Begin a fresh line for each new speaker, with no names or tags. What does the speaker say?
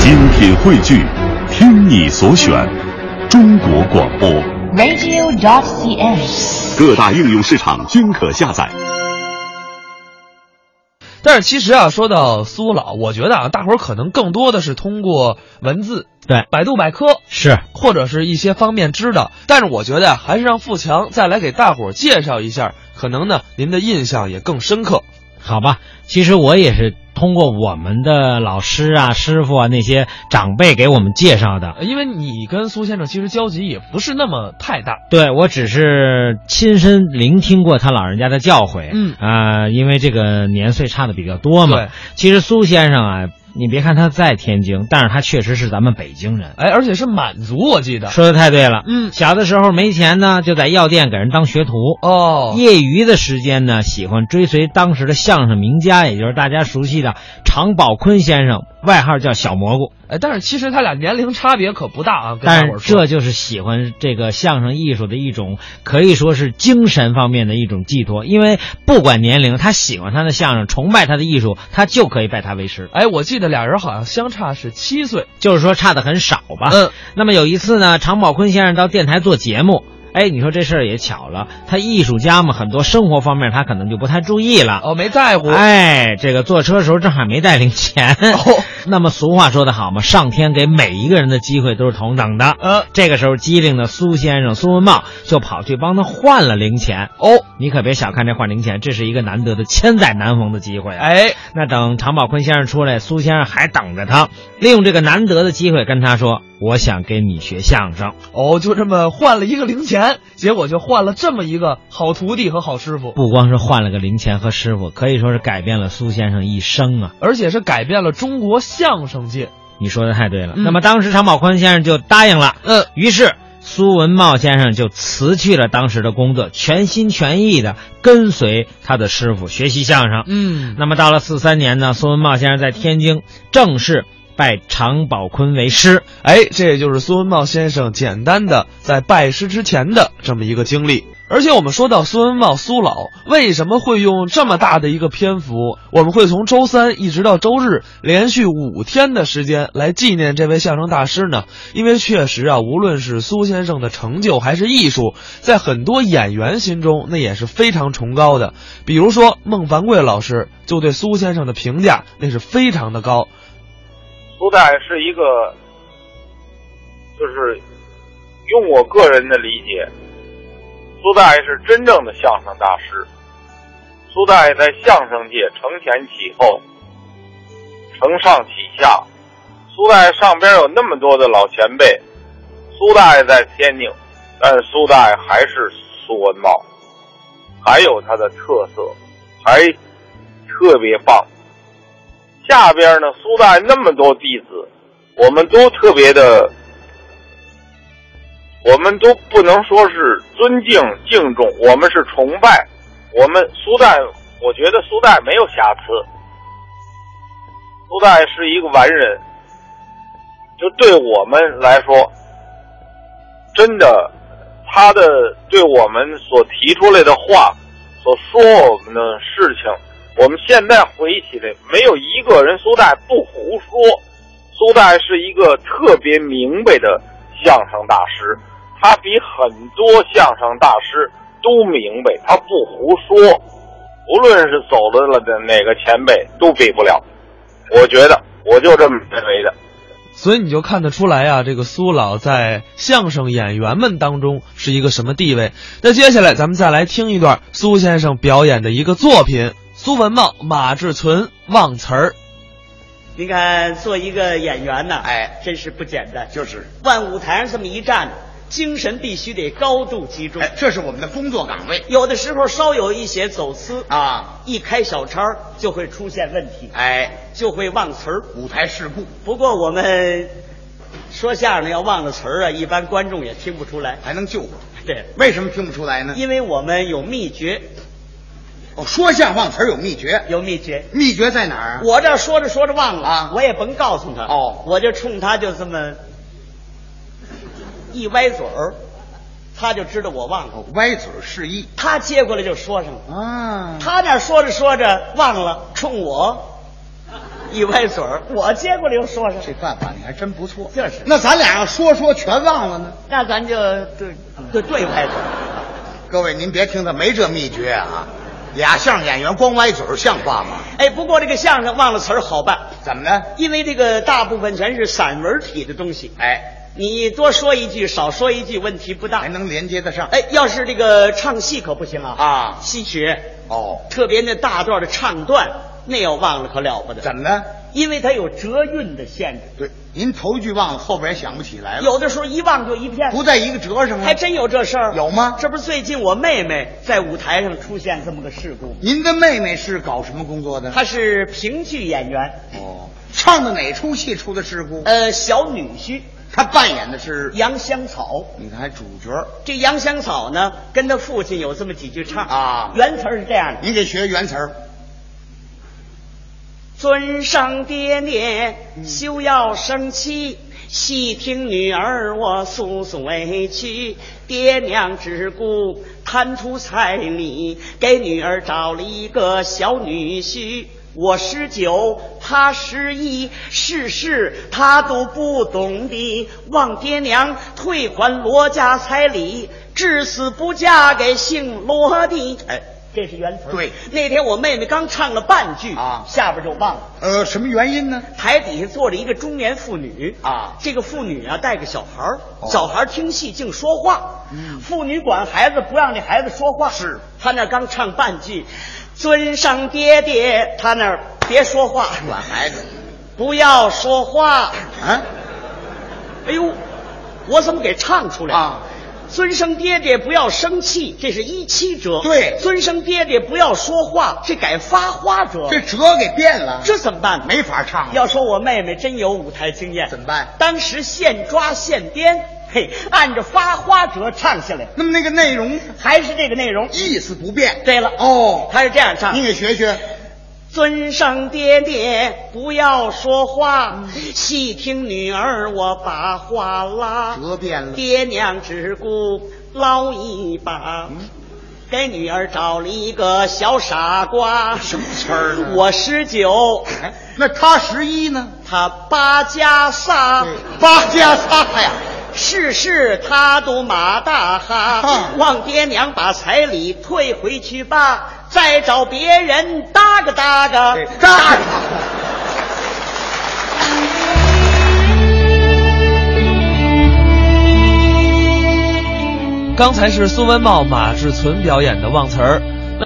精品汇聚，听你所选，中国广播。
radio.cn。
各大应用市场均可下载。
但是其实啊，说到苏老，我觉得啊，大伙儿可能更多的是通过文字，
对
百度百科
是
或者是一些方面知道。但是我觉得啊，还是让富强再来给大伙儿介绍一下，可能呢您的印象也更深刻。
好吧？其实我也是通过我们的老师啊、师傅啊那些长辈给我们介绍的。
呃因为你跟苏先生其实交集也不是那么太大，
对我只是亲身聆听过他老人家的教诲，
嗯
啊、因为这个年岁差的比较多
对
嘛。其实苏先生啊，你别看他在天津，但是他确实是咱们北京人。
哎，而且是满族，我记得。
说的太对了，
嗯
小的时候没钱呢，就在药店给人当学徒。
哦，
业余的时间呢，喜欢追随当时的相声名家，也就是大家熟悉的常宝坤先生，外号叫小蘑菇。
哎，但是其实他俩年龄差别可不大啊，跟大
但
伙儿
是
说。
这就是喜欢这个相声艺术的一种，可以说是精神方面的一种寄托。因为不管年龄，他喜欢他的相声，崇拜他的艺术，他就可以拜他为师。
哎，我记得俩人好像相差是七岁。
就是说差的很少吧。
嗯，
那么有一次呢，常宝坤先生到电台做节目。哎，你说这事儿也巧了，他艺术家嘛，很多生活方面他可能就不太注意了。
哦，没在乎。
哎，这个坐车的时候正好没带零钱。
哦，
那么俗话说得好嘛，上天给每一个人的机会都是同等的。
呃，
这个时候，机灵的苏先生苏文茂就跑去帮他换了零钱。
哦，
你可别小看这换零钱，这是一个难得的千载难逢的机会啊！
哎，
那等常宝坤先生出来，苏先生还等着他，利用这个难得的机会跟他说：“我想跟你学相声。
哦，就这么换了一个零钱，结果就换了这么一个好徒弟和好师”傅，
不光是换了个零钱和师傅，可以说是改变了苏先生一生啊！
而且是改变了中国相声界。
你说的太对了。
嗯
那么当时常宝坤先生就答应了，
嗯，
于是苏文茂先生就辞去了当时的工作，全心全意的跟随他的师傅学习相声。
嗯，
那么到了四三年呢，苏文茂先生在天津正式拜常宝坤为师。
哎，这也就是苏文茂先生简单的在拜师之前的这么一个经历。而且我们说到苏文茂苏老为什么会用这么大的一个篇幅，我们会从周三一直到周日，连续五天的时间来纪念这位相声大师呢？因为确实啊，无论是苏先生的成就还是艺术，在很多演员心中那也是非常崇高的。比如说孟凡贵老师就对苏先生的评价那是非常的高。
苏大爷是一个，就是用我个人的理解，苏大爷是真正的相声大师。苏大爷在相声界承前启后，承上启下。苏大爷上边有那么多的老前辈，苏大爷在天津，但是苏大爷还是苏文茂，还有他的特色，还特别棒。下边呢，苏大爷那么多弟子，我们都特别的，我们都不能说是尊敬敬重，我们是崇拜。我们苏大爷，我觉得苏大爷没有瑕疵，苏大爷是一个完人，就对我们来说，真的，他的对我们所提出来的话，所说我们的事情，我们现在回忆起来，没有一个人苏大爷不胡说。苏大爷是一个特别明白的相声大师，他比很多相声大师都明白，他不胡说。无论是走了的哪个前辈，都比不了。我觉得，我就这么认为的。
所以你就看得出来啊，这个苏老在相声演员们当中是一个什么地位。那接下来咱们再来听一段苏先生表演的一个作品《苏文茂、马志存忘词儿》。
您看，做一个演员呢，哎，真是不简单。
就是，
万舞台上这么一站，精神必须得高度集中。
哎，这是我们的工作岗位
有的时候稍有一些走私，
啊，
一开小差儿就会出现问题，
哎，
就会忘词儿。
舞台事故，
不过我们说相声要忘了词儿啊，一般观众也听不出来。
还能救活。
对，
为什么听不出来呢？
因为我们有秘诀，
哦，说相忘词儿有秘诀，
有秘诀。
秘诀在哪儿啊？
我这儿说着说着忘了
啊
我也甭告诉他。
哦
我就冲他就这么一歪嘴儿，他就知道我忘了。
哦歪嘴示意
他接过来就说上了。
啊
他那儿说着说着忘了，冲我，一歪嘴儿，我接过刘说说，
这办法你还真不错。
就是
那咱俩要说说全忘了呢？
那咱就对就对歪嘴儿，
各位，您别听他没这秘诀啊，俩相声演员光歪嘴儿像话吗？
哎，不过这个相声忘了词儿好办，
怎么的？
因为这个大部分全是散文体的东西，
哎，
你多说一句少说一句问题不大
还。能连接得上？
哎，要是这个唱戏可不行啊
啊
戏曲
哦，
特别那大段的唱段，那要忘了可了不得。
怎么的？
因为它有折韵的限制，
对，您头一句忘了，后边也想不起来了。
有的时候一忘就一片。
哎不在一个折上吗？啊
还真有这事儿。
有吗
这不是最近我妹妹在舞台上出现这么个事故吗？
您的妹妹是搞什么工作的？
她是评剧演员，
哦，唱的哪出戏出的事故？
呃，小女婿
她扮演的是，
杨香草。
你看还主角，
这杨香草呢，跟她父亲有这么几句唱
啊
原词儿是这样的。
您给学原词儿。
尊上爹爹，休要生气。细听女儿我诉诉委屈，爹娘只顾贪图彩礼，给女儿找了一个小女婿。我十九，他十一，事事他都不懂的，望爹娘退还罗家彩礼，至死不嫁给姓罗的。
哎，
这是原词儿。
对
那天我妹妹刚唱了半句
啊
下边就忘了。
呃，什么原因呢？
台底下坐着一个中年妇女
啊
这个妇女啊带个小孩儿、
哦
小孩儿听戏净说话，
嗯
妇女管孩子不让这孩子说话，
是
她那儿刚唱半句，尊上爹爹，她那儿别说话，
管孩子
不要说话，
啊？
哎呦，我怎么给唱出来了
啊？
尊生爹爹不要生气，这是一七折。
对
尊生爹爹不要说话，这改发花折。
这折给变了，
这怎么办？
没法唱了。
哦要说我妹妹真有舞台经验，
怎么办
当时现抓现编，嘿，按着发花折唱下来，
那么那个内容
还是这个内容。
意思不变。
对了，
哦，
他是这样唱：
您给学学。
尊上爹爹，不要说话，
嗯
细听女儿我把话拉。
折变了
爹娘只顾捞一把，
嗯
给女儿找了一个小傻瓜。
什么词儿啊呢
我十九，
哎，那他十一呢？
他八加仨。
对八加仨呀，
事事他都马大哈，
哼
望爹娘把彩礼退回去吧，再找别人搭个搭个。
嘎
刚才是苏文茂、马志存表演的忘词儿。